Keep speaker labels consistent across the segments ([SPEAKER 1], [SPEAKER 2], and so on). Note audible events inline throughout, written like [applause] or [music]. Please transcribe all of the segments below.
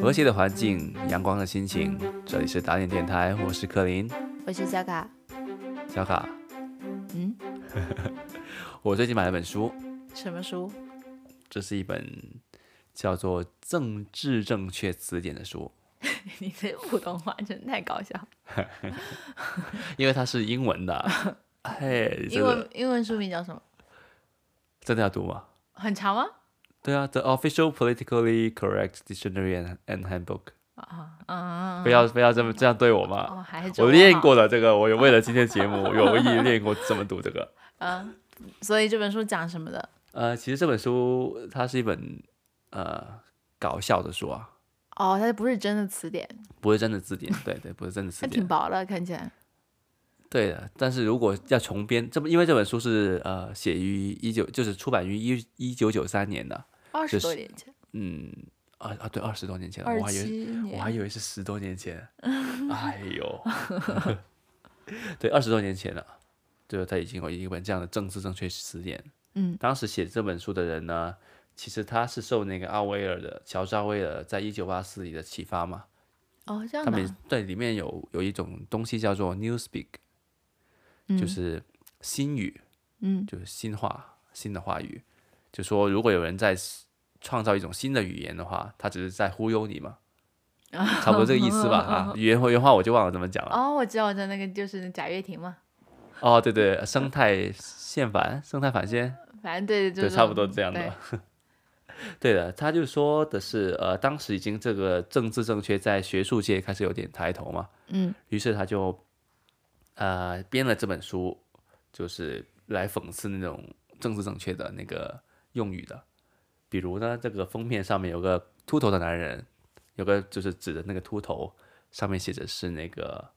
[SPEAKER 1] 和谐的环境，阳光的心情。这里是打点电台，我是柯林。
[SPEAKER 2] 我是小卡，
[SPEAKER 1] 小卡，
[SPEAKER 2] 嗯，
[SPEAKER 1] 我最近买了本书，
[SPEAKER 2] 什么书？ [laughs]
[SPEAKER 1] 这是一本叫做《政治正确词典》的书，
[SPEAKER 2] 你的普通话真的太搞笑。
[SPEAKER 1] 因为它是英文
[SPEAKER 2] [laughs]
[SPEAKER 1] 的。哎，真
[SPEAKER 2] 英
[SPEAKER 1] 的
[SPEAKER 2] 文英文书名叫什么？
[SPEAKER 1] 真的要读吗？
[SPEAKER 2] 很长吗？
[SPEAKER 1] 对啊，《The Official Politically Correct Dictionary and and Handbook》
[SPEAKER 2] 啊啊！
[SPEAKER 1] 不要不要这么这样对我嘛！
[SPEAKER 2] 哦，还是中
[SPEAKER 1] 我
[SPEAKER 2] 文
[SPEAKER 1] 练
[SPEAKER 2] 好
[SPEAKER 1] 过了这个，我有为了今天节
[SPEAKER 2] [laughs]
[SPEAKER 1] 目有意练过怎么读这个。
[SPEAKER 2] 嗯，所以这本书讲什么的？
[SPEAKER 1] 呃，其实这本书它是一本呃搞笑的书啊，
[SPEAKER 2] 哦，它不是真的词典，
[SPEAKER 1] 不是真的字典，对对，不是真的
[SPEAKER 2] 它
[SPEAKER 1] 字
[SPEAKER 2] 挺
[SPEAKER 1] 典，
[SPEAKER 2] 薄的，看起来。
[SPEAKER 1] 对的。但是如果要重编，这不因为这本书是呃写于一九，就是出版于一一九九三年的，
[SPEAKER 2] 二
[SPEAKER 1] 就
[SPEAKER 2] 十
[SPEAKER 1] 是
[SPEAKER 2] 多年前，
[SPEAKER 1] 嗯啊啊对，二十多年前了，
[SPEAKER 2] 二
[SPEAKER 1] 我还以为
[SPEAKER 2] 七
[SPEAKER 1] 我还
[SPEAKER 2] 年，
[SPEAKER 1] 以为是十多年
[SPEAKER 2] [laughs]
[SPEAKER 1] 前，哎呦， [laughs] 对，二十多年前了，就是他已经有一本这样的政治正确词典。
[SPEAKER 2] 嗯，
[SPEAKER 1] 当时写这本书的人呢，其实他是受那个奥威尔的乔治奥威尔在《一九八四》里的启发嘛。
[SPEAKER 2] 哦，这样
[SPEAKER 1] 他
[SPEAKER 2] 的
[SPEAKER 1] 们
[SPEAKER 2] 啊，
[SPEAKER 1] 对里面有有一种东西叫做 Newspeak，、就
[SPEAKER 2] 嗯
[SPEAKER 1] 是新语，
[SPEAKER 2] 嗯
[SPEAKER 1] 就是新话、新的话语。就说如果有人在创造一种新的语言的话，他只是在忽悠你
[SPEAKER 2] [laughs]
[SPEAKER 1] 嘛，差不多这个意思吧啊。语言原话我就忘了怎么讲了。
[SPEAKER 2] 哦，我知道，我知道那个就是贾跃亭嘛，
[SPEAKER 1] 哦，对对，生态宪反、生态反宪，
[SPEAKER 2] 反正对，就
[SPEAKER 1] 对，
[SPEAKER 2] 是
[SPEAKER 1] 差不多这样
[SPEAKER 2] 对
[SPEAKER 1] 的。 [laughs] 对的，他就说的是，呃，当时已经这个政治正确在学术界开始有点抬头嘛， [laughs]
[SPEAKER 2] 嗯
[SPEAKER 1] 于是他就，呃，编了这本书，就是来讽刺那种政治正确的那个用语的。比如呢，这个封面上面有个秃头的男人，有个就是指的那个秃头，上面写着是那个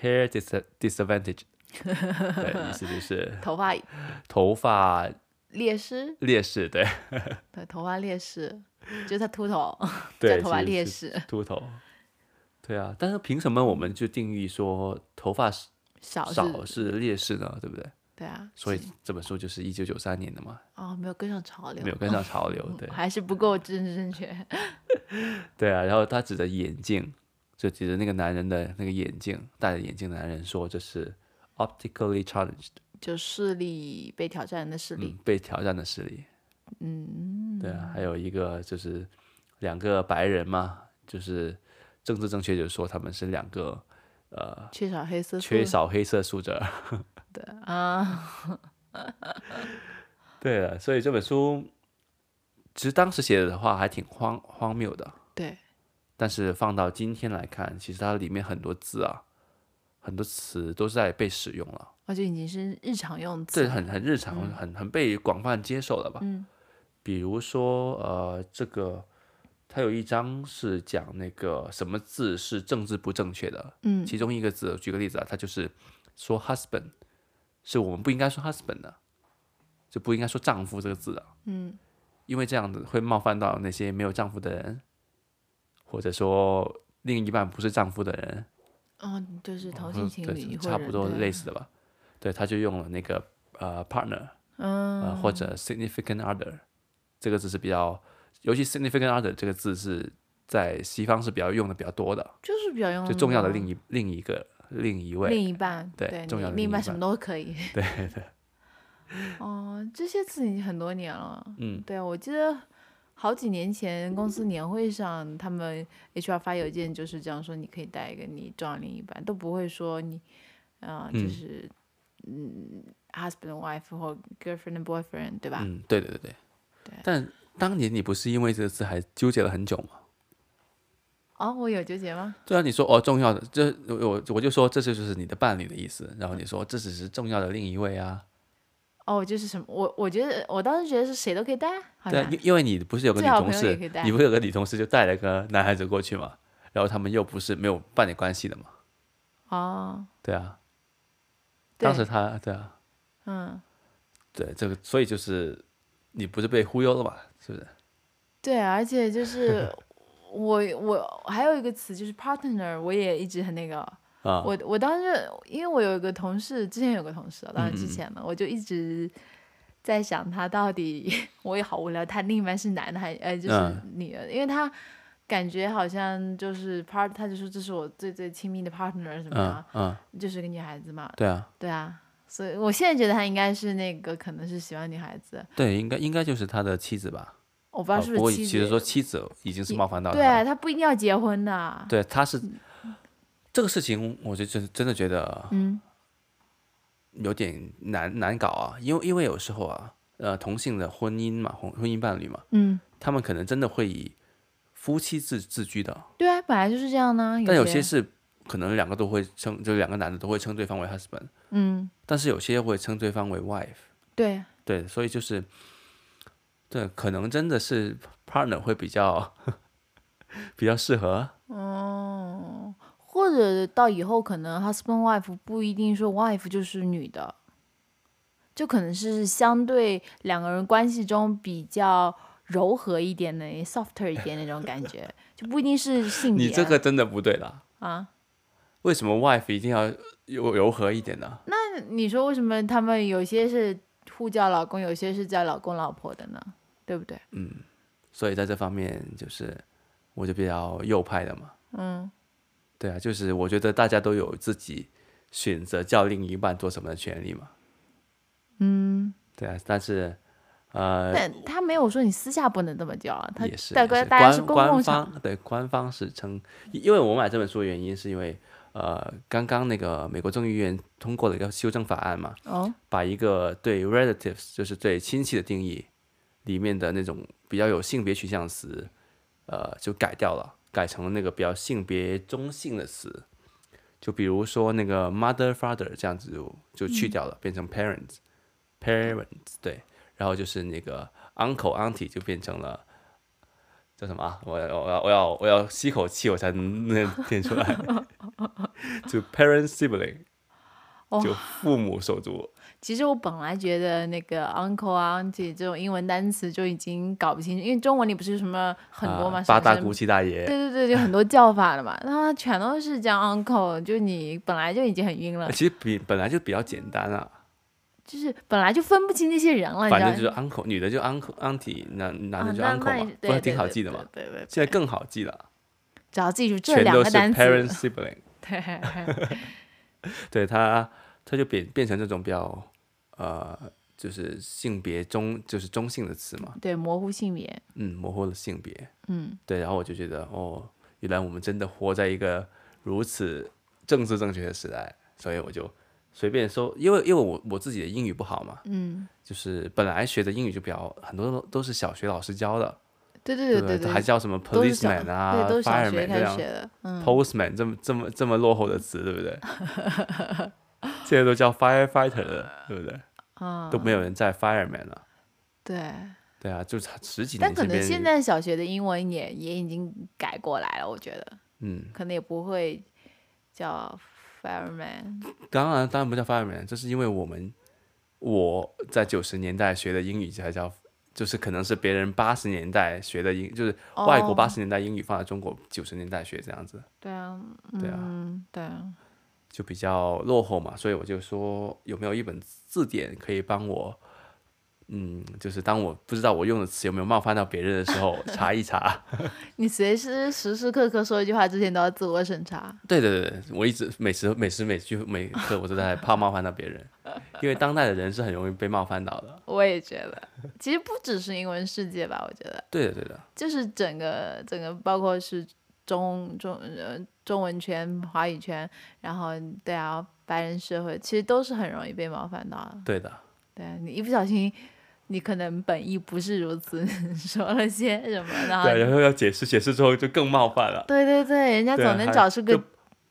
[SPEAKER 1] hair dis disadvantage，对，意思就是
[SPEAKER 2] 头发
[SPEAKER 1] 头发
[SPEAKER 2] 劣势
[SPEAKER 1] 劣势，对
[SPEAKER 2] 对，头发劣势， [laughs] 就是他秃头，
[SPEAKER 1] 对，
[SPEAKER 2] 叫头发
[SPEAKER 1] 其实
[SPEAKER 2] 劣
[SPEAKER 1] 是
[SPEAKER 2] 势，
[SPEAKER 1] 秃头。对啊，但是凭什么我们就定义说头发是
[SPEAKER 2] 少
[SPEAKER 1] 少是
[SPEAKER 2] 是，
[SPEAKER 1] 劣势呢？对不对？
[SPEAKER 2] 对啊，
[SPEAKER 1] 所以这本书就是一九九三年的嘛，
[SPEAKER 2] 哦，没有跟上潮流，
[SPEAKER 1] 没有跟上潮
[SPEAKER 2] [laughs]
[SPEAKER 1] 流，对
[SPEAKER 2] 还是不够政治正确。
[SPEAKER 1] 对啊。然后他指着眼镜，就指着那个男人的那个眼镜，戴着眼镜的男人说，这是 optically challenged，
[SPEAKER 2] 就视力被挑战的视力
[SPEAKER 1] 嗯，被挑战的视力，
[SPEAKER 2] 嗯，
[SPEAKER 1] 对啊。还有一个就是两个白人嘛，就是政治正确，就是说他们是两个呃
[SPEAKER 2] 缺少黑色素，
[SPEAKER 1] 缺少黑色素者。 [laughs]
[SPEAKER 2] 的啊，
[SPEAKER 1] 对了，所以这本书其实当时写的话还挺荒荒谬的，
[SPEAKER 2] 对，
[SPEAKER 1] 但是放到今天来看，其实它里面很多字啊，很多词都是在被使用了，
[SPEAKER 2] 而且已经是日常用词
[SPEAKER 1] 这，很很日常，很很被广泛接受了吧？
[SPEAKER 2] 嗯
[SPEAKER 1] 比如说，呃，这个它有一章是讲那个什么字是政治不正确的，
[SPEAKER 2] 嗯
[SPEAKER 1] 其中一个字，举个例子啊，它就是说 husband，是我们不应该说 husband 的，就不应该说丈夫这个字的。
[SPEAKER 2] 嗯，
[SPEAKER 1] 因为这样子会冒犯到那些没有丈夫的人，或者说另一半不是丈夫的人，
[SPEAKER 2] 哦，就是同性
[SPEAKER 1] 嗯
[SPEAKER 2] 情
[SPEAKER 1] 对
[SPEAKER 2] 侣或者
[SPEAKER 1] 差不多
[SPEAKER 2] 对
[SPEAKER 1] 类似的吧。对，他就用了那个呃 partner
[SPEAKER 2] 嗯
[SPEAKER 1] 呃或者 significant other 这个字是比较，尤其 significant other 这个字是在西方是比较用的比较多的，
[SPEAKER 2] 就是比较用
[SPEAKER 1] 就重要的另
[SPEAKER 2] 一
[SPEAKER 1] 一另一个另一位。
[SPEAKER 2] 嗯另一半，
[SPEAKER 1] 对
[SPEAKER 2] 对，
[SPEAKER 1] 重
[SPEAKER 2] 你
[SPEAKER 1] 要的
[SPEAKER 2] 另
[SPEAKER 1] 另一
[SPEAKER 2] 半什
[SPEAKER 1] 半
[SPEAKER 2] 么都可以。
[SPEAKER 1] [laughs] 对对，
[SPEAKER 2] 哦，这些词已经很多年了。
[SPEAKER 1] 嗯，
[SPEAKER 2] 对，我记得好几年前公司年会上，他们 HR 发邮件就是这样说，你可以带一个你重要另一半，都不会说你，啊、就
[SPEAKER 1] 嗯
[SPEAKER 2] 是嗯，husband wife 或 girlfriend and boyfriend，对吧？
[SPEAKER 1] 嗯，对对对对。
[SPEAKER 2] 对
[SPEAKER 1] 但当年你不是因为这个字还纠结了很久吗？
[SPEAKER 2] 哦，我有纠结吗？
[SPEAKER 1] 对啊，你说哦，重要的，这我我就说这就就是你的伴侣的意思，然后你说这只是重要的另一位啊，
[SPEAKER 2] 哦，就是什么，我我觉得我当时觉得是谁都可以带，好
[SPEAKER 1] 对啊
[SPEAKER 2] 像，
[SPEAKER 1] 因因为你不是有个女
[SPEAKER 2] 最好
[SPEAKER 1] 同
[SPEAKER 2] 朋友也可以
[SPEAKER 1] 事
[SPEAKER 2] 带，
[SPEAKER 1] 你不是有个女同事就带了个男孩子过去嘛，然后他们又不是没有伴侣关系的嘛，
[SPEAKER 2] 哦，
[SPEAKER 1] 对啊，
[SPEAKER 2] 对
[SPEAKER 1] 当时他对啊，
[SPEAKER 2] 嗯，
[SPEAKER 1] 对这个，所以就是你不是被忽悠了嘛，是不是？
[SPEAKER 2] 对，而
[SPEAKER 1] [laughs]
[SPEAKER 2] 且就是我我还有一个词就是 partner，我也一直很那个。
[SPEAKER 1] 啊，
[SPEAKER 2] 我
[SPEAKER 1] 嗯
[SPEAKER 2] 我当时因为我有一个同事，之前有个同事啊，当然之前呢，我就一直在想他到底， [laughs] 我也好无聊，他另一半是男的还呃就是
[SPEAKER 1] 嗯
[SPEAKER 2] 女的，因为他感觉好像就是 part，他就说这是我最最亲密的 partner
[SPEAKER 1] 嗯
[SPEAKER 2] 什么的，啊
[SPEAKER 1] 嗯，
[SPEAKER 2] 就是个女孩子嘛，
[SPEAKER 1] 对啊，
[SPEAKER 2] 对啊，所以我现在觉得他应该是那个可能是喜欢女孩子，
[SPEAKER 1] 对，应该应该就是他的妻子吧？
[SPEAKER 2] 我不
[SPEAKER 1] 哦
[SPEAKER 2] 知道是
[SPEAKER 1] 不
[SPEAKER 2] 不
[SPEAKER 1] 过
[SPEAKER 2] 是妻
[SPEAKER 1] 其
[SPEAKER 2] 子，
[SPEAKER 1] 实说妻子已经是冒犯到他
[SPEAKER 2] 对
[SPEAKER 1] 了。
[SPEAKER 2] 啊他不一定要结婚的，
[SPEAKER 1] 对，他是这个事情，我就真真的觉得，嗯，有点难难搞啊，因为因为有时候啊，呃，同性的婚姻嘛，婚婚姻伴侣嘛，
[SPEAKER 2] 嗯，
[SPEAKER 1] 他们可能真的会以夫妻自自居的，
[SPEAKER 2] 对啊，本来就是这样呢，
[SPEAKER 1] 但有些是可能两个都会称，就两个男的都会称对方为 husband，
[SPEAKER 2] 嗯，
[SPEAKER 1] 但是有些会称对方为 wife，
[SPEAKER 2] 对，
[SPEAKER 1] 对，所以就是，对，可能真的是 partner 会比较 [laughs] 比较适合，
[SPEAKER 2] 哦，或者到以后可能 husband wife 不一定说 wife 就是女的，就可能是相对两个人关系中比较柔和一点的 softer 一点那种感觉，
[SPEAKER 1] [laughs]
[SPEAKER 2] 就不一定是性别。
[SPEAKER 1] 你这个真的不对啦。
[SPEAKER 2] 啊，
[SPEAKER 1] 为什么 wife 一定要柔柔和一点呢？
[SPEAKER 2] 那你说为什么他们有些是互叫老公，有些是叫老公老婆的呢？对不对？
[SPEAKER 1] 所以在这方面，就是我就比较右派的嘛。嗯，对啊，就是我觉得大家都有自己选择叫另一半做什么的权利嘛。嗯，对啊，但是呃，
[SPEAKER 2] 但他没有说你私下不能这么叫啊，他
[SPEAKER 1] 也是
[SPEAKER 2] 大
[SPEAKER 1] 也
[SPEAKER 2] 概
[SPEAKER 1] 是
[SPEAKER 2] 大家是
[SPEAKER 1] 官
[SPEAKER 2] 公
[SPEAKER 1] 官
[SPEAKER 2] 共场
[SPEAKER 1] 方对官方是称，因为我买这本书的原因是因为呃，刚刚那个美国众议院通过了一个修正法案嘛，
[SPEAKER 2] 哦，
[SPEAKER 1] 把一个对 relatives 就是对亲戚的定义里面的那种比较有性别取向的词，呃，就改掉了，改成了那个比较性别中性的词，就比如说那个 mother father 这样子就就去掉了，变成 parents parents 对，然后就是那个 uncle auntie 就变成了。叫什么啊？我我我要我要我要吸口气，我才能能念出来。就 parent sibling，
[SPEAKER 2] 哦
[SPEAKER 1] 就父母手足。
[SPEAKER 2] 其实我本来觉得那个 uncle 啊 auntie 这种英文单词就已经搞不清楚，因为中文里不是有什么很多嘛，
[SPEAKER 1] 啊、
[SPEAKER 2] 什
[SPEAKER 1] 八
[SPEAKER 2] 么
[SPEAKER 1] 大
[SPEAKER 2] 什么
[SPEAKER 1] 姑七大
[SPEAKER 2] 对
[SPEAKER 1] 爷。
[SPEAKER 2] 对对，就很多叫法了嘛，然后全都是叫 uncle，就你本来就已经很晕了，
[SPEAKER 1] 其实比本来就比较简单啊，
[SPEAKER 2] 就是本来就分不清那些人啊了，你
[SPEAKER 1] 反
[SPEAKER 2] 知道
[SPEAKER 1] 正就是 uncle，女的就 uncle auntie，男男
[SPEAKER 2] 啊
[SPEAKER 1] 的就
[SPEAKER 2] 那那
[SPEAKER 1] uncle
[SPEAKER 2] 也
[SPEAKER 1] 嘛，不
[SPEAKER 2] 对
[SPEAKER 1] 是
[SPEAKER 2] 对
[SPEAKER 1] 挺好
[SPEAKER 2] 对
[SPEAKER 1] 记的嘛？
[SPEAKER 2] 对对对，
[SPEAKER 1] 现在更好记了，
[SPEAKER 2] 只要记住 [laughs] 这
[SPEAKER 1] 全
[SPEAKER 2] 两
[SPEAKER 1] 都
[SPEAKER 2] 个
[SPEAKER 1] 是
[SPEAKER 2] 单词，
[SPEAKER 1] parent sibling，
[SPEAKER 2] 对，
[SPEAKER 1] 对他，他就变变成这种比较呃，就是性别中就是中性的词嘛，
[SPEAKER 2] 对模糊性别，
[SPEAKER 1] 嗯，模糊了性别，
[SPEAKER 2] 嗯，
[SPEAKER 1] 对，然后我就觉得哦，原来我们真的活在一个如此政治正确的时代，所以我就随便搜，因为因为我我自己的英语不好嘛，
[SPEAKER 2] 嗯，
[SPEAKER 1] 就是本来学的英语就比较很多都都是小学老师教的，
[SPEAKER 2] 对对对
[SPEAKER 1] 不
[SPEAKER 2] 对，
[SPEAKER 1] 还叫什么
[SPEAKER 2] 都是小
[SPEAKER 1] policeman 啊、
[SPEAKER 2] 对，都是小
[SPEAKER 1] fireman
[SPEAKER 2] 学
[SPEAKER 1] 这
[SPEAKER 2] 开始
[SPEAKER 1] 样
[SPEAKER 2] 学的，嗯，
[SPEAKER 1] postman 这么这么这么落后的词，对不对？现在都叫 firefighter 了，对不
[SPEAKER 2] [laughs]
[SPEAKER 1] 对？
[SPEAKER 2] 啊
[SPEAKER 1] 都，没有人在 fireman 了。
[SPEAKER 2] 对。
[SPEAKER 1] 对啊，就是十几
[SPEAKER 2] 但
[SPEAKER 1] 年
[SPEAKER 2] 可
[SPEAKER 1] 前
[SPEAKER 2] 能
[SPEAKER 1] 边，
[SPEAKER 2] 现在小学的英文也也已经改过来了，我觉得
[SPEAKER 1] 嗯，
[SPEAKER 2] 可能也不会叫 fireman。
[SPEAKER 1] 当然当然不叫 fireman，这是因为我们我在九十年代学的英语才叫，就是可能是别人八十年代学的英，就是外国
[SPEAKER 2] 哦
[SPEAKER 1] 八十年代英语放在中国九十年代学这样子。
[SPEAKER 2] 对啊，
[SPEAKER 1] 对啊
[SPEAKER 2] 嗯，对啊，
[SPEAKER 1] 就比较落后嘛，所以我就说有没有一本字典可以帮我，嗯，就是当我不知道我用的词有没有冒犯到别人的时候查一查。
[SPEAKER 2] 你随时时时刻刻说一句话之前都要自我审查。
[SPEAKER 1] 对对对，我一直每时每时每句每刻我都在怕冒犯到别人，因为当代的人是很容易被冒犯到的。
[SPEAKER 2] 我也觉得，其实不只是英文世界吧，我觉得
[SPEAKER 1] 对的对的，
[SPEAKER 2] 就是整个整个包括是中中呃中文圈、华语圈，然后对啊，白人社会其实都是很容易被冒犯到的。
[SPEAKER 1] 对的，
[SPEAKER 2] 对啊你一不小心，你可能本意不是如此， [laughs] 说了些什么，然后
[SPEAKER 1] 对，啊然后要解释解释之后就更冒犯了。
[SPEAKER 2] 对对啊对，人家
[SPEAKER 1] 对
[SPEAKER 2] 总能
[SPEAKER 1] 还
[SPEAKER 2] 找出个
[SPEAKER 1] 就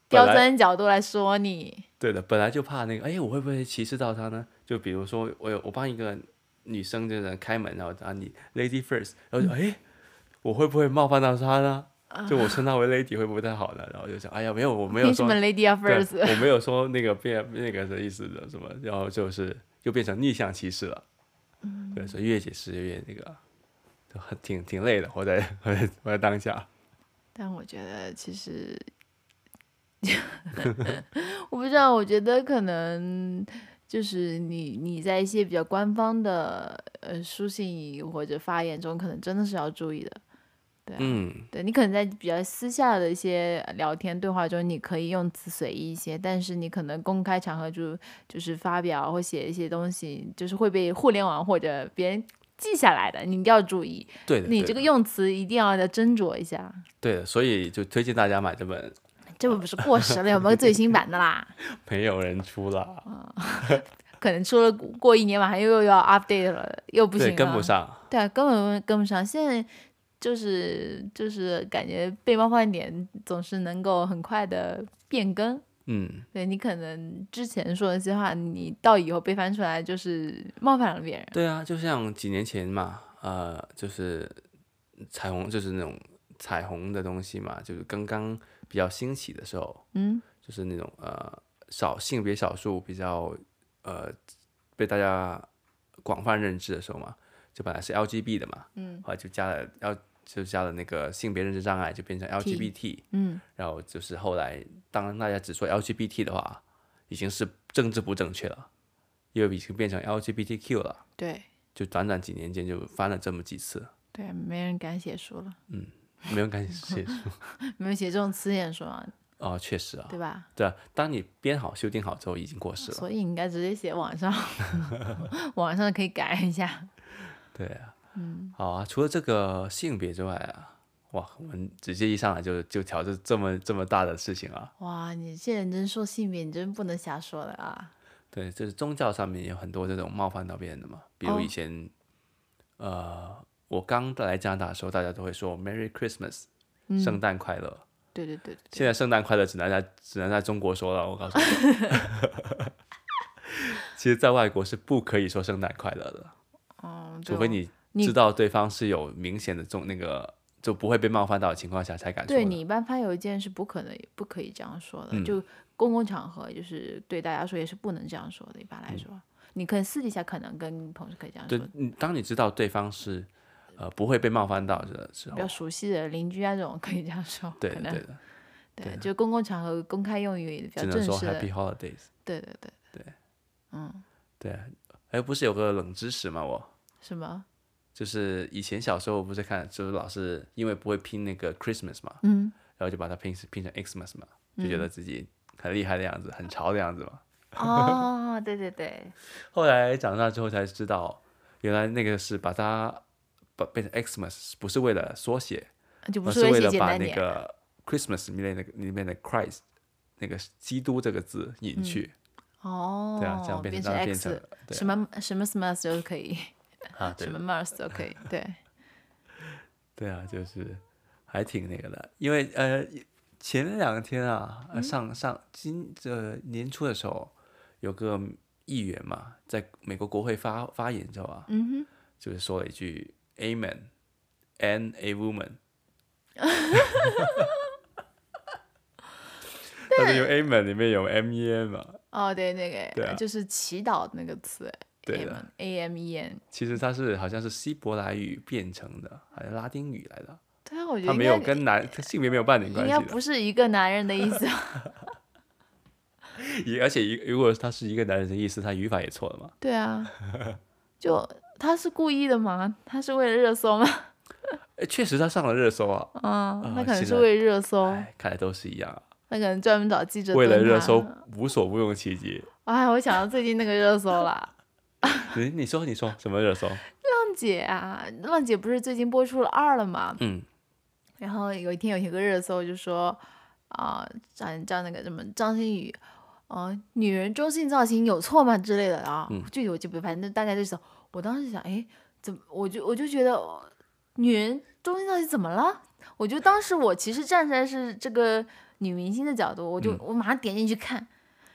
[SPEAKER 2] 刁
[SPEAKER 1] 本来
[SPEAKER 2] 钻角度来说你。
[SPEAKER 1] 对的，本来就怕那个，哎，我会不会歧视到她呢？就比如说，我有我帮一个女生就是开门，然后啊你 lady first，然后就
[SPEAKER 2] 嗯
[SPEAKER 1] 哎，我会不会冒犯到她呢？
[SPEAKER 2] 啊
[SPEAKER 1] 就我称她为 lady 会不会太好呢？然后就想，哎呀，没有，我没有
[SPEAKER 2] 凭什
[SPEAKER 1] 说
[SPEAKER 2] 么，Lady of
[SPEAKER 1] 对
[SPEAKER 2] First？
[SPEAKER 1] 我没有说那个变那个的意思的什么，然后就是又变成逆向歧视了。
[SPEAKER 2] 嗯
[SPEAKER 1] 对，所以越解释越那个，就很挺挺累的，活在活在活在当
[SPEAKER 2] 啊
[SPEAKER 1] 下。
[SPEAKER 2] 但我觉得其实 [laughs] ，我不知道，我觉得可能就是你你在一些比较官方的呃书信或者发言中，可能真的是要注意的。
[SPEAKER 1] 嗯，
[SPEAKER 2] 对你可能在比较私下的一些聊天对话中，你可以用词随意一些，但是你可能公开场合就就是发表或写一些东西，就是会被互联网或者别人记下来的，你一定要注意，
[SPEAKER 1] 对的，
[SPEAKER 2] 你
[SPEAKER 1] 对
[SPEAKER 2] 这个
[SPEAKER 1] 的
[SPEAKER 2] 用词一定要再斟酌一下。
[SPEAKER 1] 对的，所以就推荐大家买这本，
[SPEAKER 2] 这
[SPEAKER 1] [laughs]
[SPEAKER 2] 不是过时了，有没有最新版的啦？
[SPEAKER 1] 没有人出了，
[SPEAKER 2] 哦可能出了过一年，马上又又要 update 了，又不行
[SPEAKER 1] 对，
[SPEAKER 2] 了，
[SPEAKER 1] 跟不上。
[SPEAKER 2] 对啊，根本跟不上。现在就是就是感觉背包饭点总是能够很快的变更。
[SPEAKER 1] 嗯，
[SPEAKER 2] 对你可能之前说的一些话，你到以后被翻出来就是冒犯了别人。
[SPEAKER 1] 对啊，就像几年前嘛，呃，就是彩虹，就是那种彩虹的东西嘛，就是刚刚比较兴起的时候，
[SPEAKER 2] 嗯，
[SPEAKER 1] 就是那种呃少性别少数比较呃被大家广泛认知的时候嘛，就本来是 LGB 的嘛，
[SPEAKER 2] 嗯，
[SPEAKER 1] 后来就加了 L 就加了那个性别认知障碍，就变成 LGBT，
[SPEAKER 2] 嗯，
[SPEAKER 1] 然后就是后来当大家只说 LGBT 的话，已经是政治不正确了，因为已经变成 LGBTQ 了。
[SPEAKER 2] 对
[SPEAKER 1] 就短短几年间就翻了这么几次，
[SPEAKER 2] 对，没人敢写书了，
[SPEAKER 1] 没有感谢
[SPEAKER 2] 没有写这种词眼书啊，
[SPEAKER 1] [laughs] 哦，确实啊，
[SPEAKER 2] 对吧？
[SPEAKER 1] 对啊，当你编好修订好之后已经过时了，
[SPEAKER 2] 所以应该直接写网
[SPEAKER 1] [laughs]
[SPEAKER 2] 上，网上可以改一下。
[SPEAKER 1] 对啊，嗯，好啊，除了这个性别之外啊，哇，我们直接一上来就就挑这这么这么大的事情啊，
[SPEAKER 2] 哇，你这人真说性别，你真不能瞎说的啊！
[SPEAKER 1] 对，就是宗教上面有很多这种冒犯到别人的嘛，比
[SPEAKER 2] 哦
[SPEAKER 1] 如以前，呃，我刚来加拿大的时候，大家都会说 Merry Christmas，、圣诞快乐，
[SPEAKER 2] 对对对嗯对
[SPEAKER 1] 现在圣诞快乐只能在只能在中国说了，我告诉你。 [laughs] 其实，在外国是不可以说圣诞快乐的，
[SPEAKER 2] 嗯，对
[SPEAKER 1] 除非
[SPEAKER 2] 我
[SPEAKER 1] 你
[SPEAKER 2] 你
[SPEAKER 1] 知道对方是有明显的中那个就不会被冒犯到的情况下才敢说
[SPEAKER 2] 对
[SPEAKER 1] 的。嗯
[SPEAKER 2] 你一般发邮件是不可能不可以这样说的，就公共场合就是对大家说也是不能这样说的。一般来说，你可以私底下可能跟同事可以这样说
[SPEAKER 1] 嗯对，，你当你知道对方是呃不会被冒犯到的时
[SPEAKER 2] 比
[SPEAKER 1] 候，
[SPEAKER 2] 较熟悉的邻居啊这种可以这样说，
[SPEAKER 1] 对
[SPEAKER 2] 可
[SPEAKER 1] 的
[SPEAKER 2] 能
[SPEAKER 1] 对的，
[SPEAKER 2] 对就公共场合公开用语比较
[SPEAKER 1] 只
[SPEAKER 2] 正
[SPEAKER 1] 能说
[SPEAKER 2] 式的，
[SPEAKER 1] Happy Holidays。
[SPEAKER 2] 对对对，
[SPEAKER 1] 对啊，哎，不是有个冷知识吗？我 [laughs]
[SPEAKER 2] 什么？
[SPEAKER 1] 就是以前小时候不是看，就是老是因为不会拼那个 Christmas 嘛，
[SPEAKER 2] 嗯，
[SPEAKER 1] 然后就把它拼拼成 Xmas 嘛，就觉得自己很厉害的样子，很潮的样子嘛。
[SPEAKER 2] 哦，对对对，
[SPEAKER 1] 后来长大之后才知道，原来那个是把它把变成 Xmas，不是为了缩写，
[SPEAKER 2] 就不
[SPEAKER 1] 而
[SPEAKER 2] 是
[SPEAKER 1] 是为
[SPEAKER 2] 写
[SPEAKER 1] 了
[SPEAKER 2] 简
[SPEAKER 1] 把
[SPEAKER 2] 单
[SPEAKER 1] 那
[SPEAKER 2] 点，
[SPEAKER 1] 个 Christmas 里面的里面的 Christ 那个基督这个字隐去，
[SPEAKER 2] 嗯哦，
[SPEAKER 1] 对啊，这样
[SPEAKER 2] 变
[SPEAKER 1] 成让它变成
[SPEAKER 2] X，
[SPEAKER 1] 对
[SPEAKER 2] 什么什么 smas 都可以，
[SPEAKER 1] 啊， [laughs] 对
[SPEAKER 2] 什么 mars 都可以，对。
[SPEAKER 1] [laughs] 对啊，就是还挺那个的，因为呃前两天啊，呃上上今这、年初的时候，有个议员嘛，在美国国会发发言之后啊，
[SPEAKER 2] 嗯
[SPEAKER 1] 就是说了一句 Amen and a woman。但是有 Amen 里面有 M E N 嘛，
[SPEAKER 2] 哼，哦，对，那个、
[SPEAKER 1] 对啊
[SPEAKER 2] 就是祈祷那个词，
[SPEAKER 1] 对
[SPEAKER 2] a
[SPEAKER 1] 的
[SPEAKER 2] m a m e n，
[SPEAKER 1] 其实它是好像是希伯来语变成的，好像拉丁语来的，
[SPEAKER 2] 对啊，我觉得
[SPEAKER 1] 它
[SPEAKER 2] 应
[SPEAKER 1] 没
[SPEAKER 2] 该
[SPEAKER 1] 有跟男性别没有半点关
[SPEAKER 2] 应
[SPEAKER 1] 系
[SPEAKER 2] 该
[SPEAKER 1] 的。
[SPEAKER 2] 不是一个男人的
[SPEAKER 1] [laughs]
[SPEAKER 2] 意思，
[SPEAKER 1] 也而且一如果它是一个男人的意思，它语法也错了嘛。[laughs]
[SPEAKER 2] 对啊，就他是故意的吗？他是为了热搜吗？
[SPEAKER 1] 哎，确实它上了热搜啊，
[SPEAKER 2] 嗯，他
[SPEAKER 1] 啊
[SPEAKER 2] 可能
[SPEAKER 1] 现
[SPEAKER 2] 是
[SPEAKER 1] 在
[SPEAKER 2] 为热搜，
[SPEAKER 1] 哎，看来都是一样啊，
[SPEAKER 2] 他可能专门找记者
[SPEAKER 1] 为了
[SPEAKER 2] 蹲
[SPEAKER 1] 热
[SPEAKER 2] 他
[SPEAKER 1] 搜。无所不用其极。
[SPEAKER 2] 哎，我想到最近那个热搜了，
[SPEAKER 1] 你你说你说什么热搜？
[SPEAKER 2] 浪姐啊，浪姐不是最近播出了二了吗？
[SPEAKER 1] [laughs] 嗯，
[SPEAKER 2] 然后有一天有一个热搜就说，啊、张张那个什么张馨予，呃，女人中性造型有错吗之类的啊，具体我记不，反正大概就是，我当时想，哎，怎么，我就我就觉得，呃女人中性造型怎么了？我就当时我其实站在是这个女明星的角度，我就、我马上点进去看，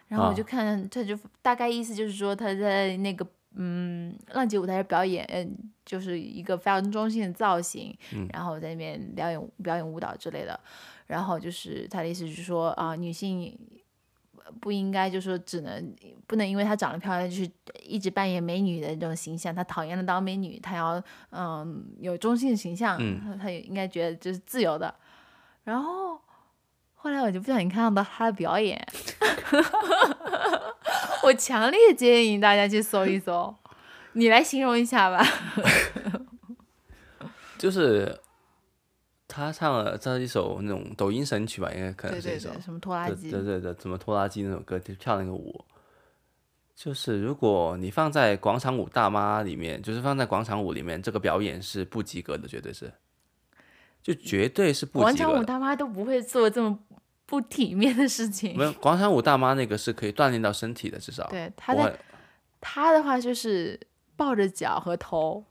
[SPEAKER 2] 然后我
[SPEAKER 1] 啊
[SPEAKER 2] 就看，他就大概意思就是说他在那个嗯浪姐舞台上表演，嗯，就是一个非常中性的造型，然后在那边表演表演舞蹈之类的，然后就是他的意思是说啊、女性。不应该就说只能不能因为她长得漂亮，就是一直扮演美女的那种形象。她讨厌了当美女，她要嗯有中性形象，
[SPEAKER 1] 嗯
[SPEAKER 2] 她她也应该觉得就是自由的。然后后来我就不小心看到她的表演， [laughs] 我强烈建议大家去搜一搜，你来形容一下吧。
[SPEAKER 1] 就是他唱了这一首那种抖音神曲吧，应该可能
[SPEAKER 2] 对
[SPEAKER 1] 是
[SPEAKER 2] 对
[SPEAKER 1] 一首
[SPEAKER 2] 对，什么拖拉
[SPEAKER 1] 对
[SPEAKER 2] 机
[SPEAKER 1] 对对对，怎么拖拉机那首歌就跳那个舞，就是如果你放在广场舞大妈里面，就是放在广场舞里面，这个表演是不及格的，绝对是，就绝对是不
[SPEAKER 2] 广
[SPEAKER 1] 及
[SPEAKER 2] 场
[SPEAKER 1] 格
[SPEAKER 2] 舞
[SPEAKER 1] 的。
[SPEAKER 2] 大妈都不会做这么不体面的事情
[SPEAKER 1] 没。有广场舞大妈那个是可以锻炼到身体的，至少
[SPEAKER 2] 对，她
[SPEAKER 1] 我
[SPEAKER 2] 在
[SPEAKER 1] 很
[SPEAKER 2] 她的话就是抱着脚和头，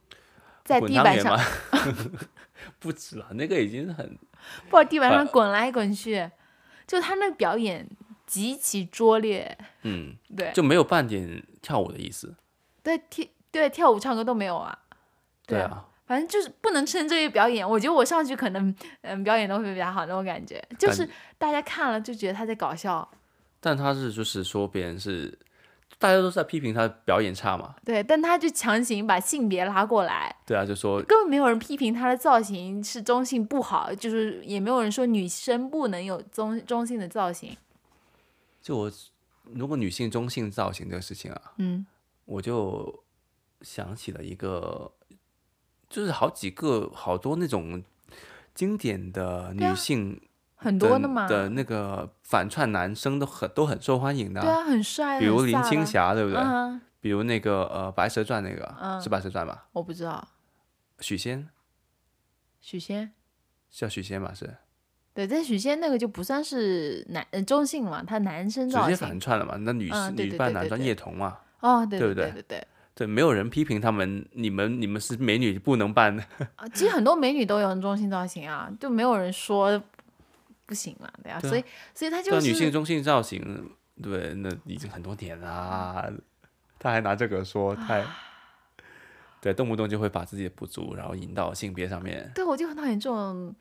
[SPEAKER 2] 在
[SPEAKER 1] 滚
[SPEAKER 2] 地
[SPEAKER 1] 汤
[SPEAKER 2] 板
[SPEAKER 1] 圆
[SPEAKER 2] 上
[SPEAKER 1] 吗， [laughs] 不止了，那个已经很
[SPEAKER 2] [laughs] 抱着地板上
[SPEAKER 1] [laughs] 把
[SPEAKER 2] 滚来滚去，就她那表演极其拙劣。
[SPEAKER 1] 嗯，
[SPEAKER 2] 对，
[SPEAKER 1] 就没有半点跳舞的意思。
[SPEAKER 2] 对跳对跳舞唱歌都没有啊。
[SPEAKER 1] 对
[SPEAKER 2] 啊，
[SPEAKER 1] 啊，
[SPEAKER 2] 反正就是不能称之为表演。我觉得我上去可能，嗯，表演的会比较好那种感觉，就
[SPEAKER 1] 感
[SPEAKER 2] 是大家看了就觉得他在搞笑，
[SPEAKER 1] 但他是就是说别人是，大家都在批评他表演差嘛，
[SPEAKER 2] 对，但他就强行把性别拉过来，
[SPEAKER 1] 对啊，就说
[SPEAKER 2] 根本没有人批评他的造型是中性不好，就是也没有人说女生不能有中中性的造型，
[SPEAKER 1] 就我如果女性中性造型这个事情啊，
[SPEAKER 2] 嗯，
[SPEAKER 1] 我就想起了一个，就是好几个好多那种经典的
[SPEAKER 2] 对啊
[SPEAKER 1] 女性
[SPEAKER 2] 很
[SPEAKER 1] 的、
[SPEAKER 2] 多的嘛，
[SPEAKER 1] 的那个反串男生都很都很受欢迎的
[SPEAKER 2] 对
[SPEAKER 1] 啊、
[SPEAKER 2] 啊，很帅，
[SPEAKER 1] 比如
[SPEAKER 2] 很飒
[SPEAKER 1] 林青
[SPEAKER 2] 的，
[SPEAKER 1] 霞对不对？
[SPEAKER 2] 嗯，
[SPEAKER 1] 比如那个呃《白蛇传》那个、
[SPEAKER 2] 嗯
[SPEAKER 1] 是《白蛇传》吧？
[SPEAKER 2] 我不知道，
[SPEAKER 1] 许仙
[SPEAKER 2] 许仙。
[SPEAKER 1] 是叫许仙吧？是
[SPEAKER 2] 对，但许仙那个就不算是男、呃、中性嘛，他男生
[SPEAKER 1] 直
[SPEAKER 2] 造
[SPEAKER 1] 接
[SPEAKER 2] 型
[SPEAKER 1] 反串了嘛？那女、
[SPEAKER 2] 嗯对对
[SPEAKER 1] 女扮
[SPEAKER 2] 对
[SPEAKER 1] 男
[SPEAKER 2] 对
[SPEAKER 1] 装
[SPEAKER 2] 对
[SPEAKER 1] 叶童嘛？
[SPEAKER 2] 哦，对
[SPEAKER 1] 对不
[SPEAKER 2] 对
[SPEAKER 1] 对
[SPEAKER 2] 对对，
[SPEAKER 1] 对，没有人批评他们，你们你们是美女不能扮的，
[SPEAKER 2] 啊，其实很多美女都有中性造型啊，就没有人说不行嘛，对啊，
[SPEAKER 1] 对啊
[SPEAKER 2] 所以所以她
[SPEAKER 1] 对
[SPEAKER 2] 就
[SPEAKER 1] 啊，女性
[SPEAKER 2] 是
[SPEAKER 1] 中性造型，对，那已经很多年啦，他还拿这个说，太，对，动不动就会把自己的不足，然后引到性别上面，
[SPEAKER 2] 对我就很讨厌这种，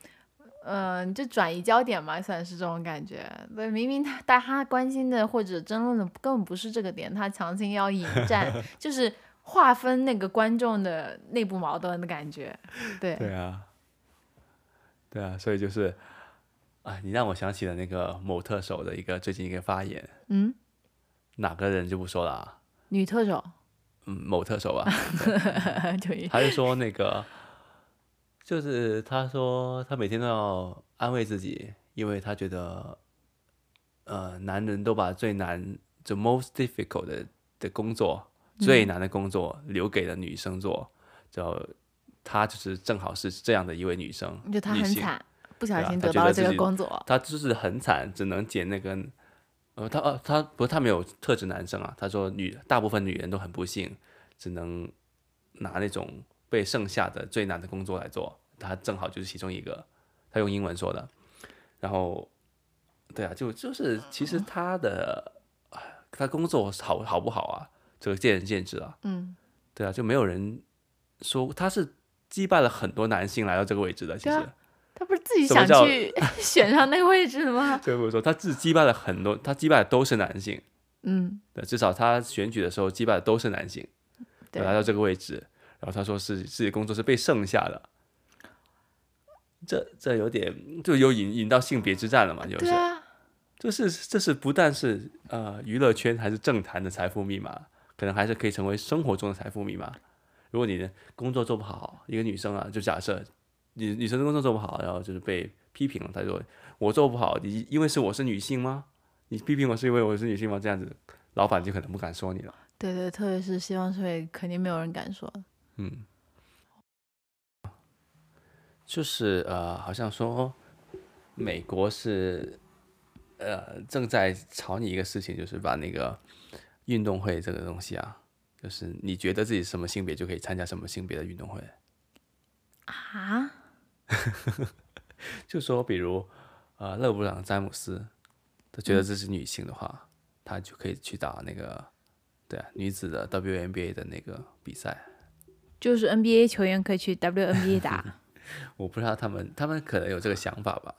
[SPEAKER 2] 嗯、就转移焦点嘛，算是这种感觉。对，明明他大家关心的或者争论的根本不是这个点，他强行要引
[SPEAKER 1] [laughs]
[SPEAKER 2] 战，就是划分那个观众的内部矛盾的感觉。对，
[SPEAKER 1] 对啊，对啊，所以就是，啊，你让我想起了那个某特首的一个最近一个发言，
[SPEAKER 2] 嗯，
[SPEAKER 1] 哪个人就不说了啊，
[SPEAKER 2] 女特首
[SPEAKER 1] 嗯，某特首吧，
[SPEAKER 2] 就一
[SPEAKER 1] 他就说那个，就是他说他每天都要安慰自己，因为他觉得，呃，男人都把最难、the most difficult 的的工作、
[SPEAKER 2] 嗯
[SPEAKER 1] 最难的工作留给了女生做，就他就是正好是这样的一位女生，
[SPEAKER 2] 就她
[SPEAKER 1] 女
[SPEAKER 2] 很
[SPEAKER 1] 性，
[SPEAKER 2] 惨，不
[SPEAKER 1] 对
[SPEAKER 2] 小
[SPEAKER 1] 啊
[SPEAKER 2] 心
[SPEAKER 1] 她
[SPEAKER 2] 得
[SPEAKER 1] 觉
[SPEAKER 2] 到
[SPEAKER 1] 得
[SPEAKER 2] 了
[SPEAKER 1] 自
[SPEAKER 2] 这个
[SPEAKER 1] 己
[SPEAKER 2] 工作。
[SPEAKER 1] 他就是很惨，只能捡那根。呃，他呃，他不，他没有特指男生啊。他说女大部分女人都很不幸，只能拿那种被剩下的最难的工作来做。他正好就是其中一个，他用英文说的。然后，对啊，就就是其实他的哎他工作好好不好啊，这个见仁见智啊。
[SPEAKER 2] 嗯，
[SPEAKER 1] 对啊，就没有人说他是击败了很多男性来到这个位置的。其
[SPEAKER 2] 对啊
[SPEAKER 1] 实，
[SPEAKER 2] 她不是自己
[SPEAKER 1] 什么
[SPEAKER 2] 想
[SPEAKER 1] 叫 [laughs]
[SPEAKER 2] 去选上那个位置的吗？
[SPEAKER 1] 所以我说他自击败了很多，他击败的都是男性。
[SPEAKER 2] 嗯，
[SPEAKER 1] 对，至少他选举的时候击败的都是男性，
[SPEAKER 2] 对
[SPEAKER 1] 来到这个位置，然后他说是自己工作是被剩下的，这这有点就有引引到性别之战了嘛，就是
[SPEAKER 2] 对啊，
[SPEAKER 1] 这是这是不但是呃娱乐圈还是政坛的财富密码，可能还是可以成为生活中的财富密码。如果你的工作做不好，一个女生啊，就假设女女生的工作做不好，然后就是被批评了，她说我做不好，你因为是我是女性吗？你批评我是因为我是女性吗？这样子，老板就可能不敢说你了。
[SPEAKER 2] 对对，特别是西方社会，肯定没有人敢说。
[SPEAKER 1] 嗯，就是呃，好像说美国是呃正在吵你一个事情，就是把那个运动会这个东西啊，就是你觉得自己什么性别就可以参加什么性别的运动会，
[SPEAKER 2] 啊？
[SPEAKER 1] 就说比如呃勒布朗詹姆斯，他觉得自己是女性的话，他就可以去打那个对啊女子的 WNBA 的那个比赛。
[SPEAKER 2] 就是 NBA 球员可以去
[SPEAKER 1] [laughs]
[SPEAKER 2] WNBA 打，
[SPEAKER 1] 我不知道他们他们可能有这个想法吧。